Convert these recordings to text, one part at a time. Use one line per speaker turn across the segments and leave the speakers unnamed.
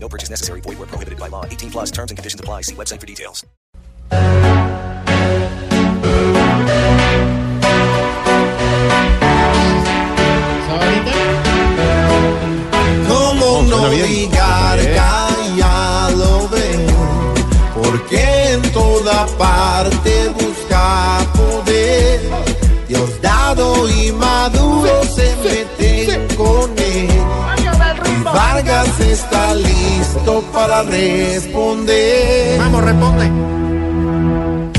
No purchase necessary. Void where prohibited by law. 18 plus terms and conditions apply. See website for details.
Como no digas ya lo veo, porque en toda parte busca poder. Dios dado y maduro se meten con él. Y Vargas está listo para responder.
Vamos, responde.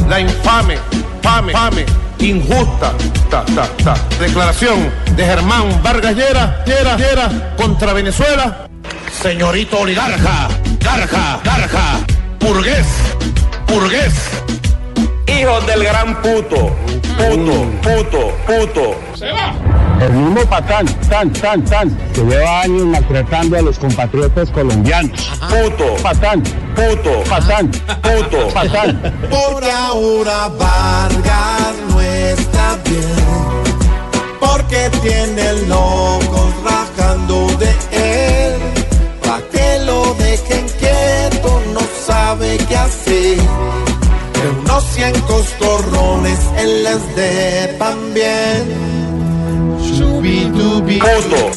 La infame, fame, fame, injusta, ta, ta, ta. Declaración de Germán Vargas Llera, Llera, Llera, contra Venezuela. Señorito oligarca, garja, garja, burgués, burgués. Hijos del gran puto, puto, puto, puto.
El mismo patán, tan, tan, tan, que lleva años maltratando a los compatriotas colombianos.
Puto,
Patán,
puto,
patán,
puto.
patán.
Por ahora Vargas no está bien, porque tiene locos rajando de él. Pa' que lo dejen quieto, no sabe qué hacer. De unos cien coscorrones él les dé también. Shubidubi.
Puto.